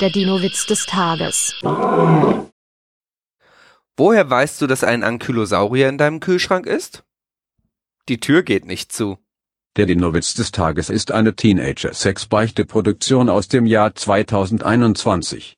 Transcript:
Der Dino-Witz des Tages. Woher weißt du, dass ein Ankylosaurier in deinem Kühlschrank ist? Die Tür geht nicht zu. Der Dinowitz des Tages ist eine Teenager-Sex-Beichte-Produktion aus dem Jahr 2021.